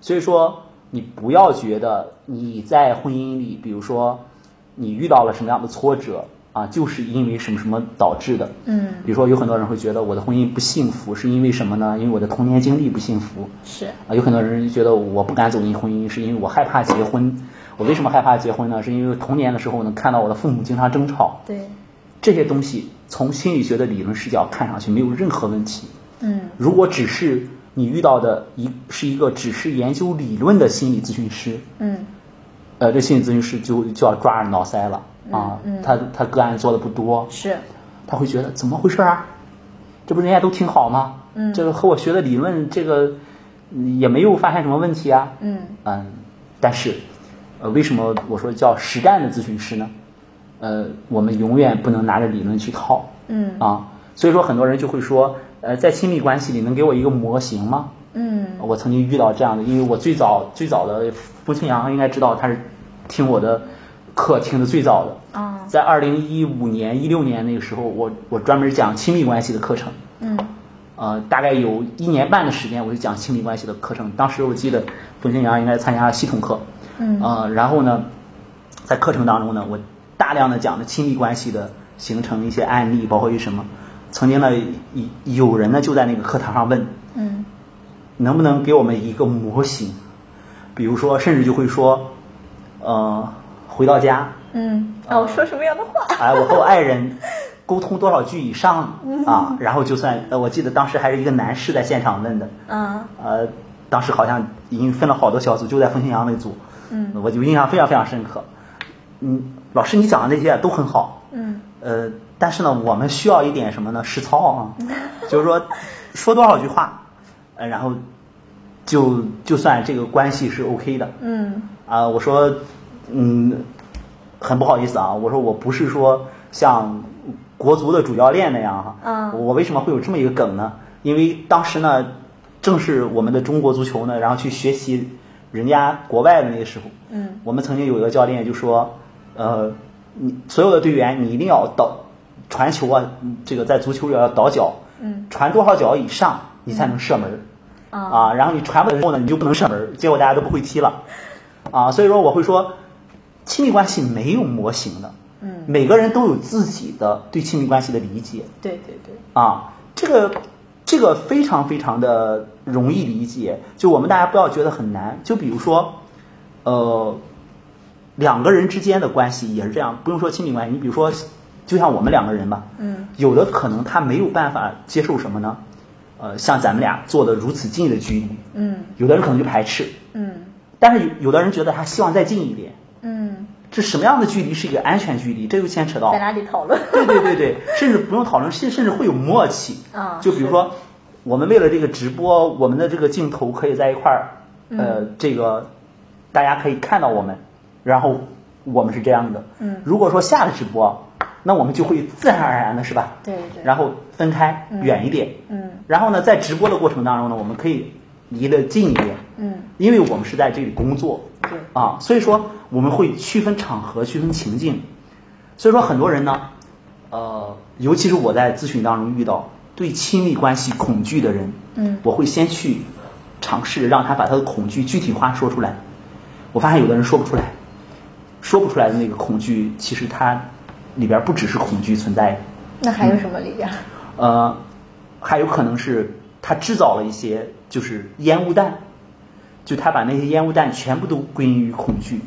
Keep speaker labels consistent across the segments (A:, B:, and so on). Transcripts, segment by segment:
A: 所以说，你不要觉得你在婚姻里，比如说你遇到了什么样的挫折啊，就是因为什么什么导致的。
B: 嗯
A: 比如说，有很多人会觉得我的婚姻不幸福是因为什么呢？因为我的童年经历不幸福。
B: 是
A: 啊，有很多人觉得我不敢走进婚姻，是因为我害怕结婚。我为什么害怕结婚呢？是因为童年的时候能看到我的父母经常争吵，
B: 对，
A: 这些东西从心理学的理论视角看上去没有任何问题。
B: 嗯
A: 如果只是你遇到的一是一个只是研究理论的心理咨询师，
B: 嗯
A: 呃，这心理咨询师就就要抓耳挠腮了啊
B: 嗯嗯！
A: 他他个案做的不多，
B: 是
A: 他会觉得怎么回事啊？这不人家都挺好吗？
B: 嗯
A: 这个和我学的理论这个嗯也没有发现什么问题啊。
B: 嗯
A: 嗯，但是，呃，为什么我说叫实战的咨询师呢？呃，我们永远不能拿着理论去套
B: 嗯
A: 啊。所以说，很多人就会说，呃，在亲密关系里能给我一个模型吗？
B: 嗯
A: 我曾经遇到这样的，因为我最早最早的付清阳应该知道，他是听我的课听的最早的。
B: 啊
A: 在二零一五年、一六年那个时候，我我专门讲亲密关系的课程。
B: 嗯
A: 呃，大概有一年半的时间，我就讲亲密关系的课程。当时我记得冯清阳应该参加了系统课，
B: 嗯
A: 呃，然后呢，在课程当中呢，我大量的讲的亲密关系的形成一些案例，包括一些什么。曾经呢，有有人呢就在那个课堂上问，
B: 嗯
A: 能不能给我们一个模型？比如说，甚至就会说，呃，回到家，
B: 嗯哦，说什么样的话？
A: 哎，我和我爱人沟通多少句以上
B: 嗯
A: 啊？然后就算，呃，我记得当时还是一个男士在现场问的，
B: 啊
A: 呃，当时好像已经分了好多小组，就在冯清阳那组，
B: 嗯
A: 我就印象非常非常深刻。嗯，老师你讲的这些都很好，
B: 嗯
A: 呃，但是呢，我们需要一点什么呢？实操 啊，就是说说多少句话，呃，然后就就算这个关系是 OK 的，
B: 嗯
A: 啊，我说，嗯，很不好意思啊，我说我不是说像国足的主教练那样哈、
B: 嗯
A: 我为什么会有这么一个梗呢？因为当时呢，正是我们的中国足球呢，然后去学习人家国外的那个时候，
B: 嗯
A: 我们曾经有一个教练就说，呃，你所有的队员你一定要倒传球啊，这个在足球里要倒脚，
B: 嗯
A: 传多少脚以上你才能射门。
B: 啊
A: 啊，然后你传过来之后呢，你就不能射门，结果大家都不会踢了，啊，所以说我会说，亲密关系没有模型的，
B: 嗯
A: 每个人都有自己的对亲密关系的理解
B: 对对对
A: 啊，这个这个非常非常的容易理解，就我们大家不要觉得很难，就比如说，呃，两个人之间的关系也是这样，不用说亲密关系，你比如说，就像我们两个人吧，
B: 嗯
A: 有的可能他没有办法接受什么呢？呃，像咱们俩坐的如此近的距离，
B: 嗯
A: 有的人可能就排斥，
B: 嗯
A: 但是有有的人觉得他希望再近一点，
B: 嗯，
A: 这什么样的距离是一个安全距离？这就牵扯到
B: 在，哪里讨论？
A: 对对对对，甚至不用讨论，甚甚至会有默契
B: 啊
A: 就比如说，我们为了这个直播，我们的这个镜头可以在一块儿，
B: 嗯
A: 呃，这个大家可以看到我们，然后我们是这样的。
B: 嗯
A: 如果说下了直播，那我们就会自然而然的是吧？
B: 对对
A: 然后分开
B: 嗯
A: 远一点，
B: 嗯
A: 然后呢，在直播的过程当中呢，我们可以离得近一点，
B: 嗯
A: 因为我们是在这里工作，
B: 对
A: 啊，所以说我们会区分场合、区分情境。所以说很多人呢，呃，尤其是我在咨询当中遇到对亲密关系恐惧的人，
B: 嗯
A: 我会先去尝试让他把他的恐惧具体化说出来。我发现有的人说不出来，说不出来的那个恐惧，其实它里边不只是恐惧存在，
B: 那还有什么理解？
A: 呃，还有可能是他制造了一些就是烟雾弹，就他把那些烟雾弹全部都归因于恐惧。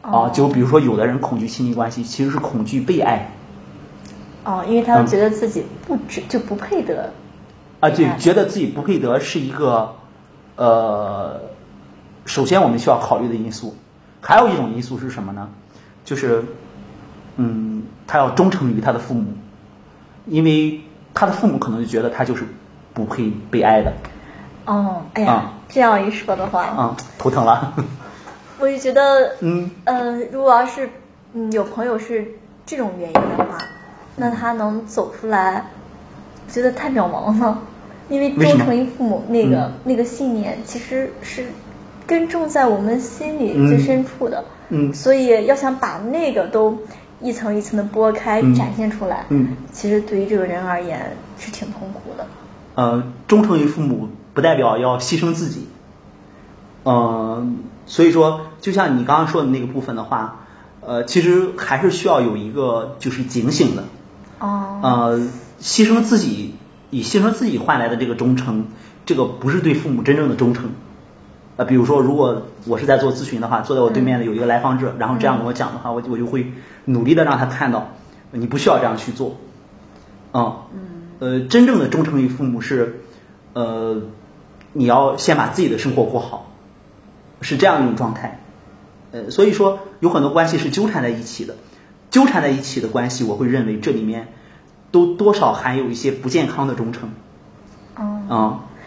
A: 啊，
B: 哦
A: 就比如说，有的人恐惧亲密关系，其实是恐惧被爱，
B: 哦，因为
A: 嗯
B: 他们觉得自己不值就不配得。
A: 啊，就
B: 被爱
A: 觉得自己不配得是一个，呃，首先我们需要考虑的因素。还有一种因素是什么呢？就是，嗯，他要忠诚于他的父母，因为他的父母可能就觉得他就是不配被爱的，
B: 哦，哎呀
A: 啊，
B: 这样一说的话，
A: 啊，头疼了。
B: 我就觉得，
A: 嗯
B: 呃，如果要是嗯有朋友是这种原因的话，
A: 嗯
B: 那他能走出来，我觉得太渺茫了。因为
A: 为什
B: 忠
A: 么
B: 诚于父母那个
A: 嗯
B: 那个信念，其实是根种在我们心里
A: 嗯
B: 最深处的。
A: 嗯
B: 所以要想把那个都一层一层的剥开、
A: 嗯
B: 展现出来，
A: 嗯
B: 其实对于这个人而言是挺痛苦的。
A: 呃，忠诚于父母不代表要牺牲自己，嗯，所以说，就像你刚刚说的那个部分的话，呃，其实还是需要有一个就是警醒的，
B: 哦，
A: 呃，牺牲自己，以牺牲自己换来的这个忠诚，这个不是对父母真正的忠诚。呃，比如说，如果我是在做咨询的话，坐在我对面的有一个来访者，然后这样跟我讲的话，我就我就会努力的让他看到，你不需要这样去做。啊，
B: 嗯
A: 呃，真正的忠诚于父母是，呃，你要先把自己的生活过好，是这样一种状态。呃，所以说有很多关系是纠缠在一起的，纠缠在一起的关系，我会认为这里面都多少含有一些不健康的忠诚。
B: 哦，
A: 啊，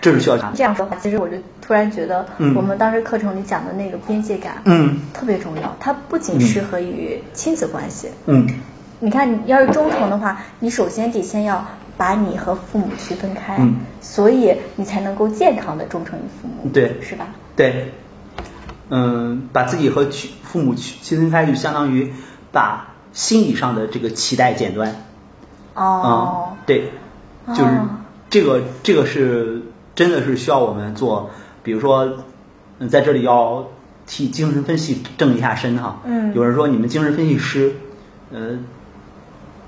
A: 这是需要查的
B: 这样说话，其实我就突然觉得，
A: 嗯
B: 我们当时课程里讲的那个边界感，
A: 嗯
B: 特别重要。它不仅适合于亲子关系，
A: 嗯
B: 你看，你要是忠诚的话，你首先得先要把你和父母区分开，
A: 嗯
B: 所以你才能够健康的忠诚于父母，
A: 对
B: 是吧？
A: 对，嗯，把自己和去父母区区分开，就相当于把心理上的这个脐带剪断。
B: 哦，
A: 嗯，对，就是
B: 哦
A: 这个这个是真的是需要我们做，比如说嗯在这里要替精神分析正一下身哈。
B: 嗯
A: 有人说你们精神分析师，呃，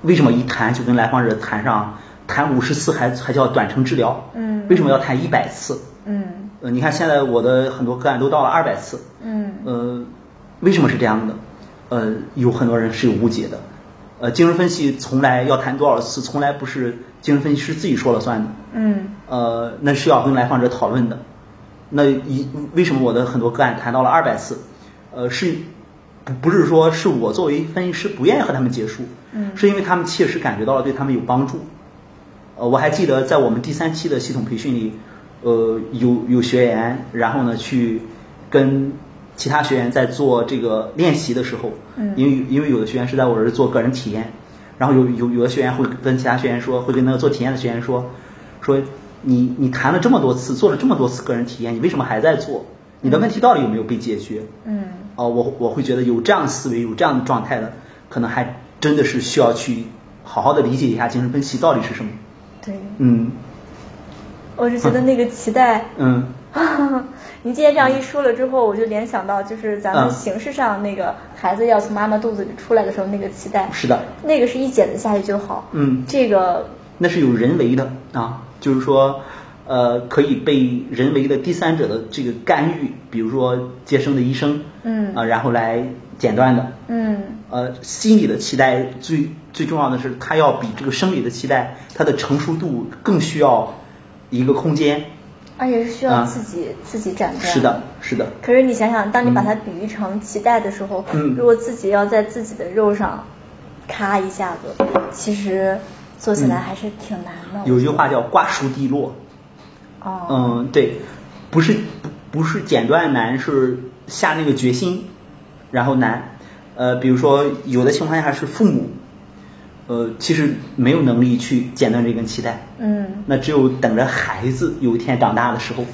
A: 为什么一谈就跟来访者谈上谈五十次还还叫短程治疗？
B: 嗯
A: 为什么要谈一百次？
B: 嗯
A: 呃，你看现在我的很多个案都到了二百次。
B: 嗯
A: 呃，为什么是这样的？呃，有很多人是有误解的。呃，精神分析从来要谈多少次，从来不是精神分析师自己说了算的。
B: 嗯
A: 呃，那是要跟来访者讨论的。那一为什么我的很多个案谈到了二百次？呃，是不不是说是我作为分析师不愿意和他们结束？
B: 嗯
A: 是因为他们切实感觉到了对他们有帮助。呃，我还记得在我们第三期的系统培训里，呃，有有学员，然后呢去跟其他学员在做这个练习的时候，
B: 嗯
A: 因为因为有的学员是在我这儿做个人体验，然后有有有的学员会跟其他学员说，会跟那个做体验的学员说，说你你谈了这么多次，做了这么多次个人体验，你为什么还在做？你的问题到底有没有被解决？
B: 嗯
A: 哦、我我会觉得有这样的思维、有这样的状态的，可能还真的是需要去好好的理解一下精神分析到底是什么。
B: 对，
A: 嗯
B: 我是觉得那个脐带，
A: 嗯，
B: 你今天这样一说了之后，我就联想到就是咱们
A: 嗯
B: 形式上那个孩子要从妈妈肚子里出来的时候那个脐带，
A: 是的，
B: 那个是一剪子下去就好，
A: 嗯
B: 这个
A: 那是有人为的啊，就是说，呃，可以被人为的第三者的这个干预，比如说接生的医生，
B: 嗯
A: 啊，然后来剪断的。
B: 嗯
A: 呃，心理的期待最最重要的是，它要比这个生理的期待，它的成熟度更需要一个空间。
B: 而且是需要
A: 啊
B: 自己、自己斩断，
A: 是的，是的，
B: 可是你想想，当你把它比喻成脐带的时候，
A: 嗯
B: 如果自己要在自己的肉上咔一下子，其实做起来
A: 嗯
B: 还是挺难的。
A: 有句话叫“瓜熟蒂落”，
B: 哦，
A: 嗯，对，不是不不是剪断难，是下那个决心，然后难。呃，比如说有的情况下是父母，呃，其实没有能力去剪断这根脐带，
B: 嗯
A: 那只有等着孩子有一天长大的时候，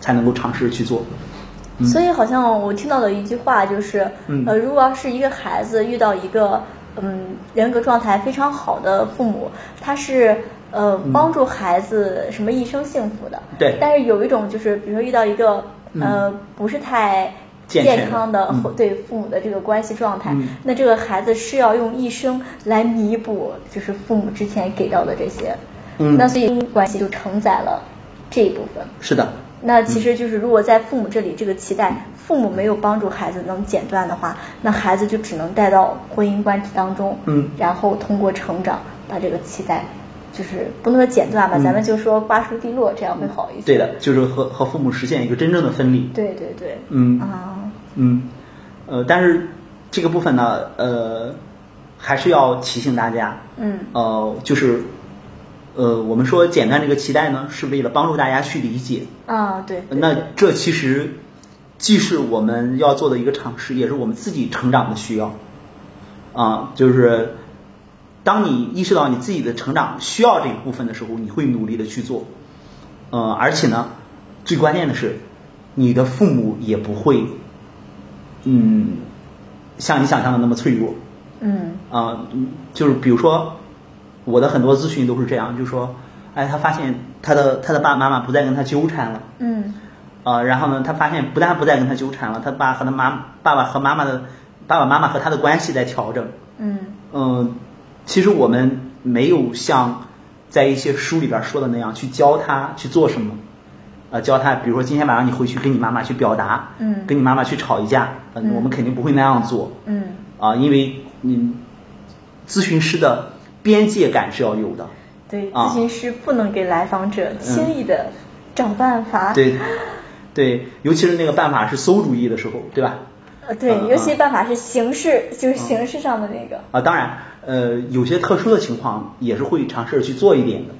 A: 才能够尝试去做。嗯
B: 所以好像我听到的一句话就是，
A: 嗯
B: 呃，如果要是一个孩子遇到一个嗯人格状态非常好的父母，他是呃
A: 嗯
B: 帮助孩子什么一生幸福的。
A: 对
B: 但是有一种就是，比如说遇到一个
A: 嗯
B: 呃不是太。
A: 健全的
B: 健康的
A: 嗯
B: 或对父母的这个关系状态，
A: 嗯
B: 那这个孩子是要用一生来弥补，就是父母之前给到的这些，
A: 嗯
B: 那所以关系就承载了这一部分。
A: 是的，嗯
B: 那其实就是，如果在父母这里这个期待，父母没有帮助孩子能剪断的话，那孩子就只能带到婚姻关系当中，
A: 嗯
B: 然后通过成长把这个期待，就是不能说剪断吧，
A: 嗯
B: 咱们就说瓜熟蒂落，这样会好一些。
A: 对的，就是和和父母实现一个真正的分离。
B: 对对对，
A: 嗯
B: 啊，
A: 嗯，呃，但是这个部分呢，呃，还是要提醒大家，
B: 嗯
A: 呃，就是，呃，我们说简单这个期待呢，是为了帮助大家去理解，
B: 啊，对，对
A: 那
B: 对
A: 这其实既是我们要做的一个尝试，也是我们自己成长的需要。啊，就是当你意识到你自己的成长需要这一部分的时候，你会努力的去做。呃，而且呢，最关键的是，你的父母也不会，嗯，像你想象的那么脆弱。
B: 嗯
A: 啊、嗯就是比如说我的很多咨询都是这样，就说，哎，他发现他的他的爸爸妈妈不再跟他纠缠了，
B: 嗯
A: 啊、然后呢，他发现不但不再跟他纠缠了，他爸和他妈、爸爸和妈妈的爸爸妈妈和他的关系在调整。
B: 嗯
A: 嗯，其实我们没有像在一些书里边说的那样去教他去做什么，呃，教他，比如说今天晚上你回去跟你妈妈去表达，
B: 嗯
A: 跟你妈妈去吵一架，嗯、
B: 嗯
A: 我们肯定不会那样做，
B: 嗯，
A: 啊、因为你咨询师的边界感是要有的，
B: 对，
A: 啊
B: 咨询师不能给来访者轻易的找办法。
A: 对，对，尤其是那个办法是馊主意的时候，对吧？
B: 呃对，
A: 嗯
B: 尤其办法是形式，就是形式上的那个。
A: 啊，当然，呃，有些特殊的情况也是会尝试去做一点的。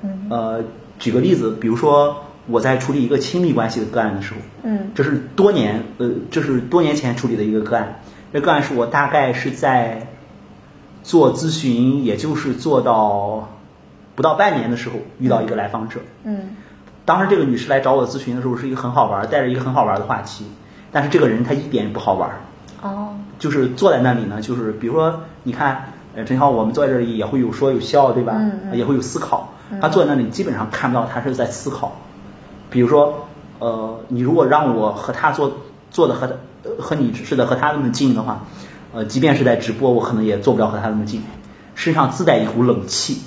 B: 嗯
A: 呃，举个例子，比如说我在处理一个亲密关系的个案的时候，
B: 嗯
A: 这是多年，呃，这是多年前处理的一个个案。这个案是我大概是在做咨询，也就是做到不到半年的时候，遇到一个来访者。
B: 嗯
A: 当时这个女士来找我咨询的时候，是一个很好玩儿，带着一个很好玩儿的话题，但是这个人他一点也不好玩儿。
B: 哦
A: 就是坐在那里呢，就是比如说，你看，呃，陈晓，我们坐在这里也会有说有笑，对吧？
B: 嗯嗯
A: 也会有思考
B: 嗯。
A: 他坐在那里，基本上看不到他是在思考。比如说，呃，你如果让我和他坐坐的和他呃和你似的和他那么近的话，呃，即便是在直播，我可能也做不了和他那么 近，身上自带一股冷气。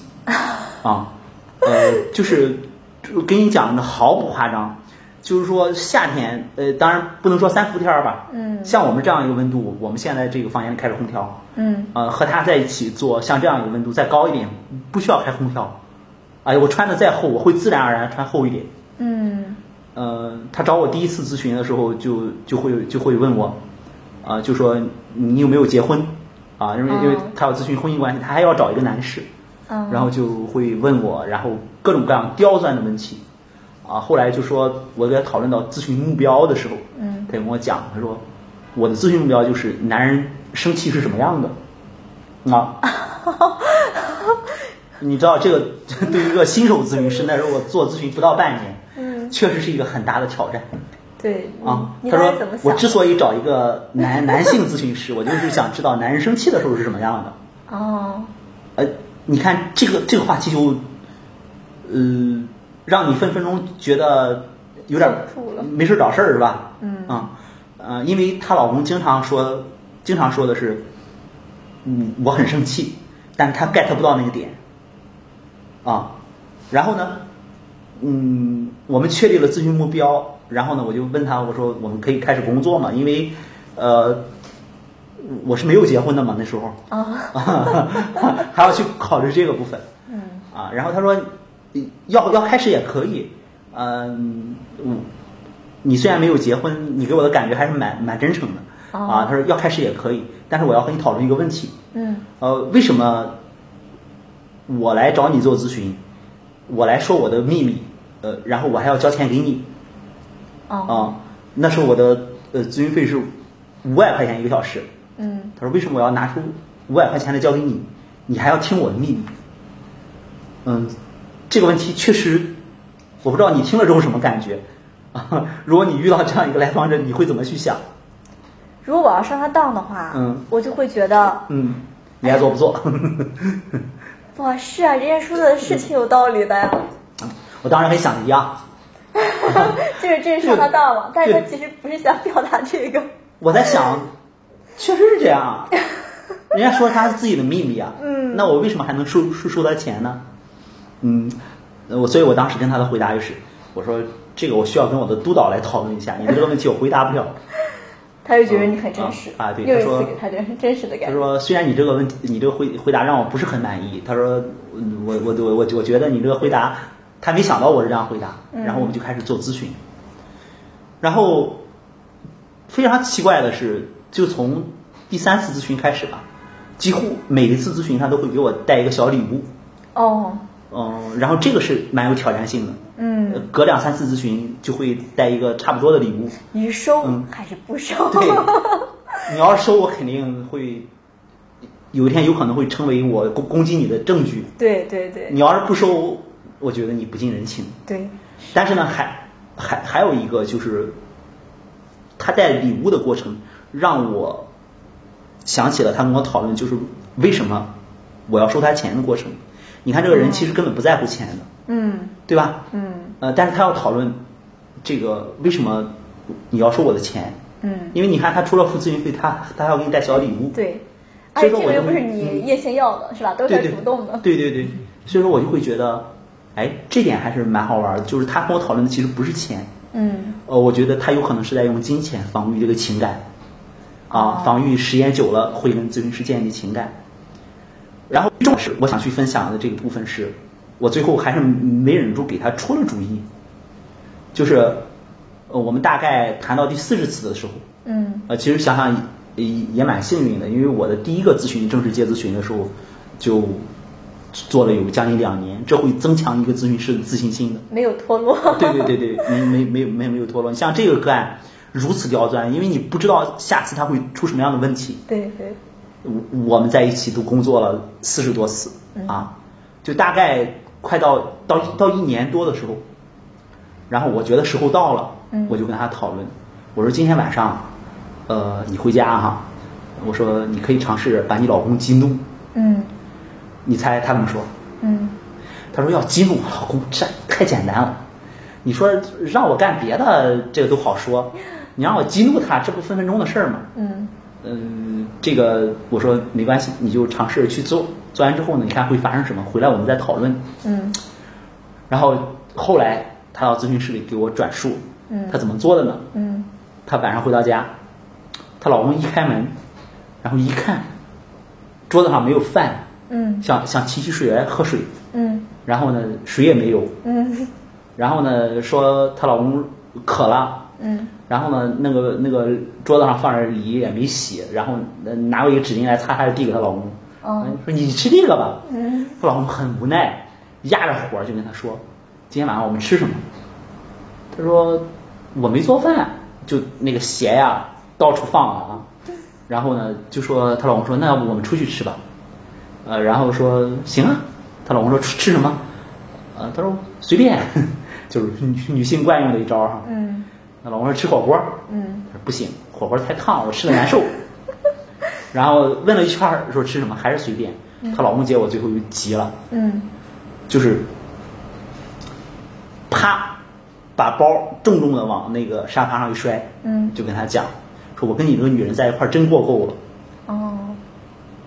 A: 啊，呃，就是就跟你讲的毫不夸张，就是说夏天，呃，当然不能说三伏天儿吧，
B: 嗯
A: 像我们这样一个温度，我们现在这个房间里开着空调，
B: 嗯
A: 呃，和他在一起做像这样一个温度再高一点，不需要开空调，哎，我穿的再厚，我会自然而然穿厚一点。
B: 嗯
A: 呃，他找我第一次咨询的时候就，就会就会问我，啊、就说你有没有结婚啊？因为、因为
B: 哦
A: 他要咨询婚姻关系，他还要找一个男士，
B: 哦
A: 然后就会问我，然后各种各样刁钻的问题，啊，后来就说我给他讨论到咨询目标的时候，
B: 嗯
A: 他就跟我讲，他说我的咨询目标就是男人生气是什么样的，啊， 你知道这个对于一个新手咨询师，那时候我做咨询不到半年，
B: 嗯
A: 确实是一个很大的挑战。
B: 对
A: 啊，
B: 你
A: 他
B: 你当时
A: 说
B: 怎么想
A: 我之所以找一个男男性咨询师，我就是想知道男人生气的时候是什么样的。
B: 哦
A: 呃，你看这个这个话题就，呃，让你分分钟觉得有点儿
B: 受不住了
A: 没事儿找事儿是吧？
B: 嗯
A: 啊，呃，因为她老公经常说，经常说的是，嗯，我很生气，但她 get 不到那个点，啊，然后呢，嗯，我们确立了咨询目标，然后呢，我就问她，我说我们可以开始工作嘛？因为，呃，我是没有结婚的嘛，那时候。
B: 啊
A: 还要去考虑这个部分。
B: 嗯
A: 啊，然后他说嗯要要开始也可以，嗯嗯，你虽然没有结婚，你给我的感觉还是蛮蛮真诚的。
B: 哦
A: 啊，他说要开始也可以，但是我要和你讨论一个问题。
B: 嗯
A: 呃，为什么我来找你做咨询，我来说我的秘密，呃，然后我还要交钱给你？
B: 哦
A: 啊，那时候我的呃咨询费是五百块钱一个小时。
B: 嗯
A: 他说为什么我要拿出五百块钱来交给你，你还要听我的秘密？嗯，这个问题确实，我不知道你听了之后什么感觉。 啊，如果你遇到这样一个来访者，你会怎么去想？
B: 如果我要上他当的话，
A: 嗯
B: 我就会觉得，
A: 嗯，你还做不做？
B: 哇，是啊，人家说的是挺有道理 的呀。
A: 我当然很想你啊。
B: 就是这是上他当嘛，但是他
A: 对
B: 其实不是想表达这个。
A: 我在想，确实是这样啊。人家说他是自己的秘密啊，
B: 嗯
A: 那我为什么还能收收收他钱呢？嗯，呃我所以，我当时跟他的回答就是，我说这个我需要跟我的督导来讨论一下，你的这个问题我回答不了。
B: 他就觉得你很真实
A: 啊啊对
B: 又一
A: 他说
B: 次给他真真实的
A: 他
B: 感觉。
A: 说虽然你这个问题，你这个回回答让我不是很满意，他说嗯我我我我我觉得你这个回答，他没想到我是这样回答，
B: 嗯
A: 然后我们就开始做咨询，然后非常奇怪的是，就从第三次咨询开始吧，几乎每一次咨询他都会给我带一个小礼物，
B: 哦，
A: 嗯，然后这个是蛮有挑战性的，
B: 嗯
A: 呃隔两三次咨询就会带一个差不多的礼物，
B: 你是收
A: 嗯
B: 还是不收？
A: 对，你要是收我肯定会，有一天有可能会成为我攻攻击你的证据。
B: 对对对
A: 你要是不收，我觉得你不近人情。
B: 对，
A: 但是呢，还还还有一个就是，他带礼物的过程让我想起了他跟我讨论，就是为什么我要收他钱的过程。你看这个人其实根本不在乎钱的，
B: 嗯
A: 对吧？
B: 嗯
A: 呃，但是他要讨论这个为什么你要收我的钱？
B: 嗯
A: 因为你看他除了付咨询费，他他还要给你带小礼物。
B: 对，而
A: 所以
B: 且
A: 说
B: 这
A: 我
B: 个又
A: 就
B: 不是你
A: 嗯
B: 叶先要的，是吧？都是
A: 对
B: 他
A: 对
B: 主动的。
A: 对对对，所以说我就会觉得，哎，这点还是蛮好玩儿的。就是他跟我讨论的其实不是钱，
B: 嗯
A: 呃，我觉得他有可能是在用金钱防御这个情感，啊
B: 哦，
A: 防御时间久了会跟咨询师建立情感。然后，重视我想去分享的这个部分是，我最后还是没忍住给他出了主意，就是，呃，我们大概谈到第四十次的时候，
B: 嗯
A: 呃，其实想想也也蛮幸运的，因为我的第一个咨询正式接咨询的时候，就做了有将近两年，这会增强一个咨询师的自信心的。
B: 没有脱落。
A: 对对对对，没没没有没有没有脱落。你像这个个案如此刁钻，因为你不知道下次他会出什么样的问题。
B: 对对，
A: 我我们在一起都工作了四十多次
B: 嗯
A: 啊，就大概快到到到一年多的时候，然后我觉得时候到了
B: 嗯，
A: 我就跟他讨论，我说今天晚上，呃，你回家哈，我说你可以尝试把你老公激怒，
B: 嗯
A: 你猜他怎么说？
B: 嗯
A: 他说要激怒我老公，这太简单了。你说让我干别的，这个都好 说，你让我激怒他，这不分分钟的事儿吗？
B: 嗯
A: 嗯，这个我说没关系，你就尝试去做，做完之后呢，你看会发生什么，回来我们再讨论。
B: 嗯
A: 然后后来他到咨询室里给我转述，
B: 嗯
A: 他怎么做的呢？
B: 嗯，
A: 她晚上回到家，她老公一开门，然后一看，桌子上没有饭，
B: 嗯
A: 想想提起水来喝水，
B: 嗯
A: 然后呢水也没有，
B: 嗯
A: 然后呢说她老公渴了，
B: 嗯
A: 然后呢，那个那个桌子上放着梨也没洗，然后呃拿过一个纸巾来擦，还是递给她老公。
B: 哦
A: 说你吃这个吧。
B: 嗯
A: 她老公很无奈，压着火就跟她说：“今天晚上我们吃什么？”她说：“我没做饭，就那个鞋呀、到处放啊。”然后呢，就说她老公说：“那要不我们出去吃吧？”呃，然后说：“行啊。”她老公说：“吃吃什么？”呃，她说：“随便。”就是女女性惯用的一招哈。
B: 嗯
A: 那老公说吃火锅，
B: 嗯
A: 他说不行，火锅太烫了，我吃的难受。然后问了一圈儿，说吃什么还是随便。她老公结果最后就急了，
B: 嗯
A: 就是啪把包重重的往那个沙发上一摔，
B: 嗯
A: 就跟她讲说，我跟你这个女人在一块儿真过够了。
B: 哦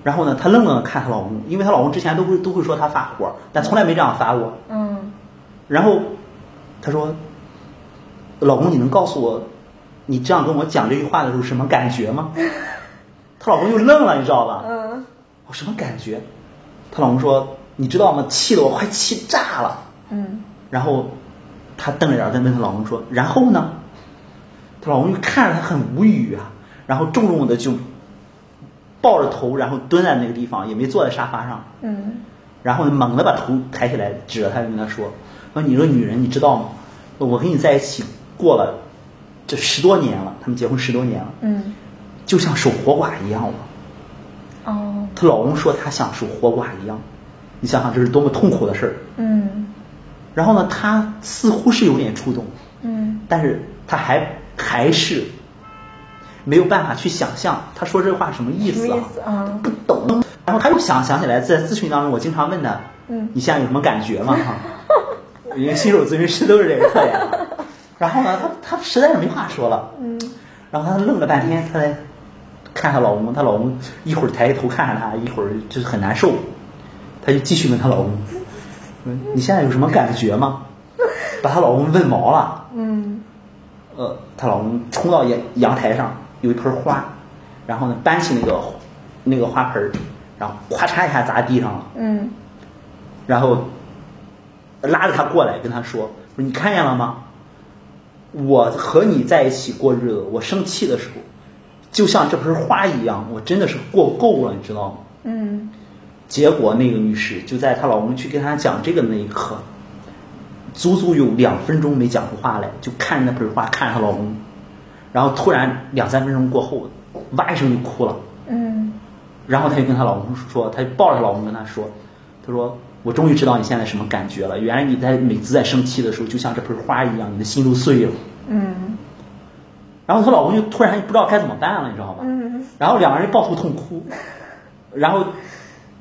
A: 然后呢，她愣愣地看她老公，因为她老公之前都会都会说她发火，但从来没这样发过。
B: 嗯
A: 然后她说：“老公，你能告诉我，你这样跟我讲这句话的时候什么感觉吗？” 她老公就愣了，你知道吧？
B: 嗯
A: 我什么感觉？她老公说：“你知道吗？气得我快气炸了。”
B: 嗯
A: 然后她瞪着眼儿在问她老公说：“然后呢？”她老公就看着她很无语啊，然后重重的就抱着头，然后蹲在那个地方，也没坐在沙发上。
B: 嗯
A: 然后猛地把头抬起来，指着他就跟他说：“说你说女人，你知道吗？我跟你在一起过了这十多年了，他们结婚十多年了，
B: 嗯
A: 就像守活寡一样了。
B: 哦
A: 她老公说他像守活寡一样，你想想这是多么痛苦的事儿。
B: 嗯
A: 然后呢，她似乎是有点触动，
B: 嗯
A: 但是她还还是没有办法去想象她说这话什么意思
B: 什么
A: 啊？
B: 意思啊
A: 不懂。然后她又想想起来，在咨询当中，我经常问她，
B: 嗯
A: 你现在有什么感觉吗？ 哈，因为新手咨询师都是这个特点啊。然后呢，她她实在是没话说了，
B: 嗯
A: 然后她愣了半天，她才看她老公，她老公一会儿抬起头看着她，一会儿就是很难受，她就继续问她老公，嗯，你现在有什么感觉吗？把她老公问毛了。
B: 嗯
A: 呃，她老公冲到阳阳台上，有一盆花，然后呢搬起那个那个花盆儿，然后咵嚓一下砸地上了，
B: 嗯
A: 然后拉着她过来跟她说：“说你看见了吗？我和你在一起过日子，我生气的时候，就像这盆花一样，我真的是过够了，你知道吗？”
B: 嗯
A: 结果那个女士就在她老公去跟她讲这个的那一刻，足足有两分钟没讲出话来，就看着那盆花，看着她老公，然后突然两三分钟过后，哇一声就哭了，
B: 嗯
A: 然后她就跟她老公说，她就抱着她老公跟她说，她说我终于知道你现在什么感觉了，原来你在每次在生气的时候，就像这盆花一样，你的心都碎了。
B: 嗯
A: 然后她老公就突然不知道该怎么办了，你知道吧？
B: 嗯
A: 然后两个人抱头痛 哭，然后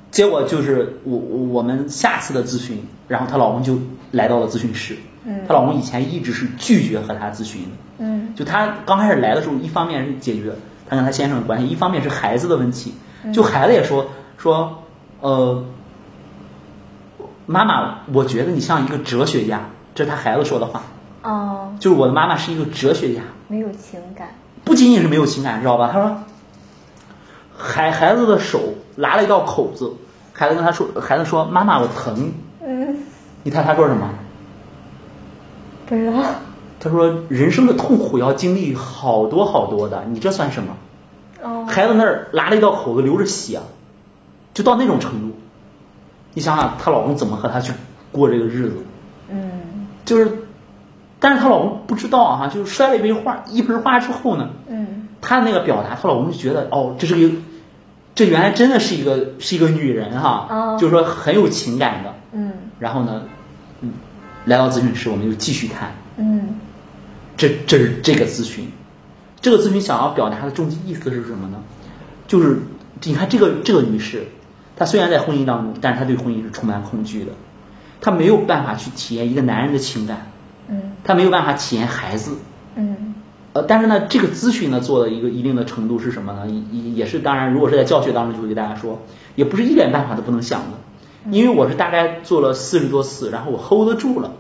A: 结果就是我我我们下次的咨询，然后她老公就来到了咨询室。
B: 嗯
A: 她老公以前一直是拒绝和她咨询。
B: 嗯
A: 就她刚开始来的时候，一方面是解决她跟她先生的关系，一方面是孩子的问题。
B: 嗯
A: 就孩子也说说，呃，妈妈，我觉得你像一个哲学家，这是她孩子说的话，
B: 哦，
A: 就是我的妈妈是一个哲学家，
B: 没有情感，
A: 不仅仅是没有情感，知道吧？她说，孩孩子的手拉了一道口子，孩子跟她说，孩子说妈妈我疼，
B: 嗯，
A: 你猜她说什么？
B: 不知道，
A: 她说人生的痛苦要经历好多好多的，你这算什么？
B: 哦，
A: 孩子那儿拉了一道口子，流着血，啊就到那种程度。你想想，她老公怎么和她去过这个日子？
B: 嗯
A: 就是，但是她老公不知道哈、就是摔了一杯花，一盆花之后呢，
B: 嗯
A: 她的那个表达，她老公就觉得哦，这是个，这原来真的是一个是一个女人哈、
B: 哦
A: 就是说很有情感的。
B: 嗯
A: 然后呢，嗯，来到咨询室，我们就继续看，
B: 嗯
A: 这这是这个咨询，这个咨询想要表达的终极意思是什么呢？就是你看这个这个女士，她虽然在婚姻当中，但是她对婚姻是充满恐惧的，她没有办法去体验一个男人的情感，
B: 嗯
A: 她没有办法体验孩子。
B: 嗯
A: 呃，但是呢，这个咨询呢做的一个一定的程度是什么呢？也也是当然，如果是在教学当中，就会给大家说，也不是一点办法都不能想的，因为我是大概做了四十多次，然后我 hold 得住了，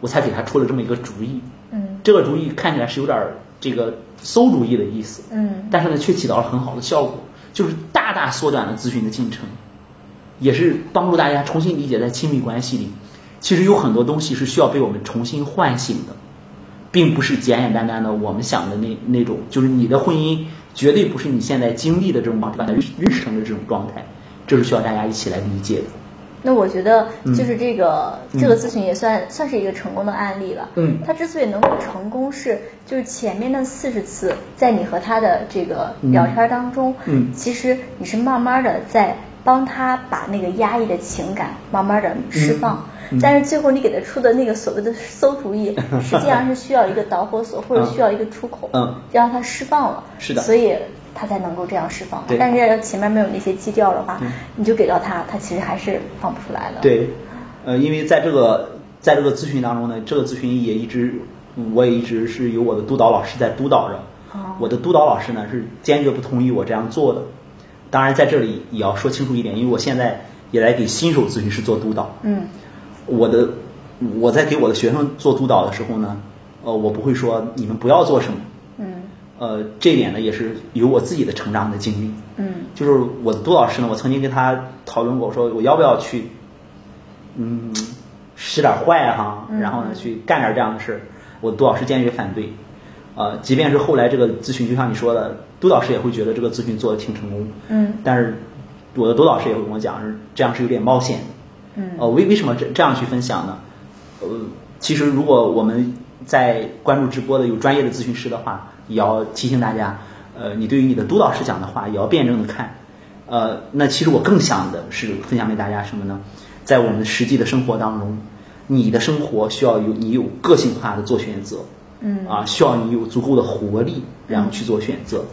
A: 我才给她出了这么一个主意。
B: 嗯
A: 这个主意看起来是有点儿这个馊主意的意思，
B: 嗯
A: 但是呢，却起到了很好的效果，就是大大缩短了咨询的进程，也是帮助大家重新理解在亲密关系里，其实有很多东西是需要被我们重新唤醒的，并不是简简单单的我们想的那那种，就是你的婚姻绝对不是你现在经历的这种状态，把它认识成的这种状态，这是需要大家一起来理解的。
B: 那我觉得就是这个、
A: 嗯
B: 这个咨询也算算是一个成功的案例了。
A: 嗯
B: 他之所以能够成功是，就是前面的四十次，在你和他的这个
A: 嗯
B: 聊天当中，
A: 嗯
B: 其实你是慢慢的在帮他把那个压抑的情感慢慢的释放。
A: 嗯嗯
B: 但是最后你给他出的那个所谓的馊主意，实际上是需要一个导火索或者
A: 嗯
B: 需要一个出口，
A: 嗯
B: 让他释放了，
A: 是的
B: 所以他才能够这样释放。
A: 对
B: 但是要前面没有那些基调的话，
A: 嗯
B: 你就给到他，他其实还是放不出来的。，
A: 对，呃，因为在这个在这个咨询当中呢，这个咨询也一直，嗯我也一直是由我的督导老师在督导着。
B: 哦
A: 我的督导老师呢是坚决不同意我这样做的。当然，在这里也要说清楚一点，因为我现在也来给新手咨询师做督导。
B: 嗯
A: 我的我在给我的学生做督导的时候呢，呃，我不会说你们不要做什么。
B: 嗯
A: 呃，这一点呢也是有我自己的成长的经历。
B: 嗯
A: 就是我的督导师呢，我曾经跟他讨论过，我说我要不要去，嗯，使点坏哈、
B: 嗯
A: 然后呢去干点这样的事儿。我督导师坚决反对，呃，即便是后来这个咨询，就像你说的，督导师也会觉得这个咨询做的挺成功，
B: 嗯
A: 但是我的督导师也会跟我讲，是这样是有点冒险的，
B: 嗯
A: 呃，为为什么这这样去分享呢？呃，其实如果我们在关注直播的有专业的咨询师的话，也要提醒大家，呃，你对于你的督导师讲的话，也要辩证的看。呃，那其实我更想的是分享给大家什么呢？在我们实际的生活当中，你的生活需要有你有个性化的做选择，
B: 嗯
A: 啊，需要你有足够的活力，然后去做选择。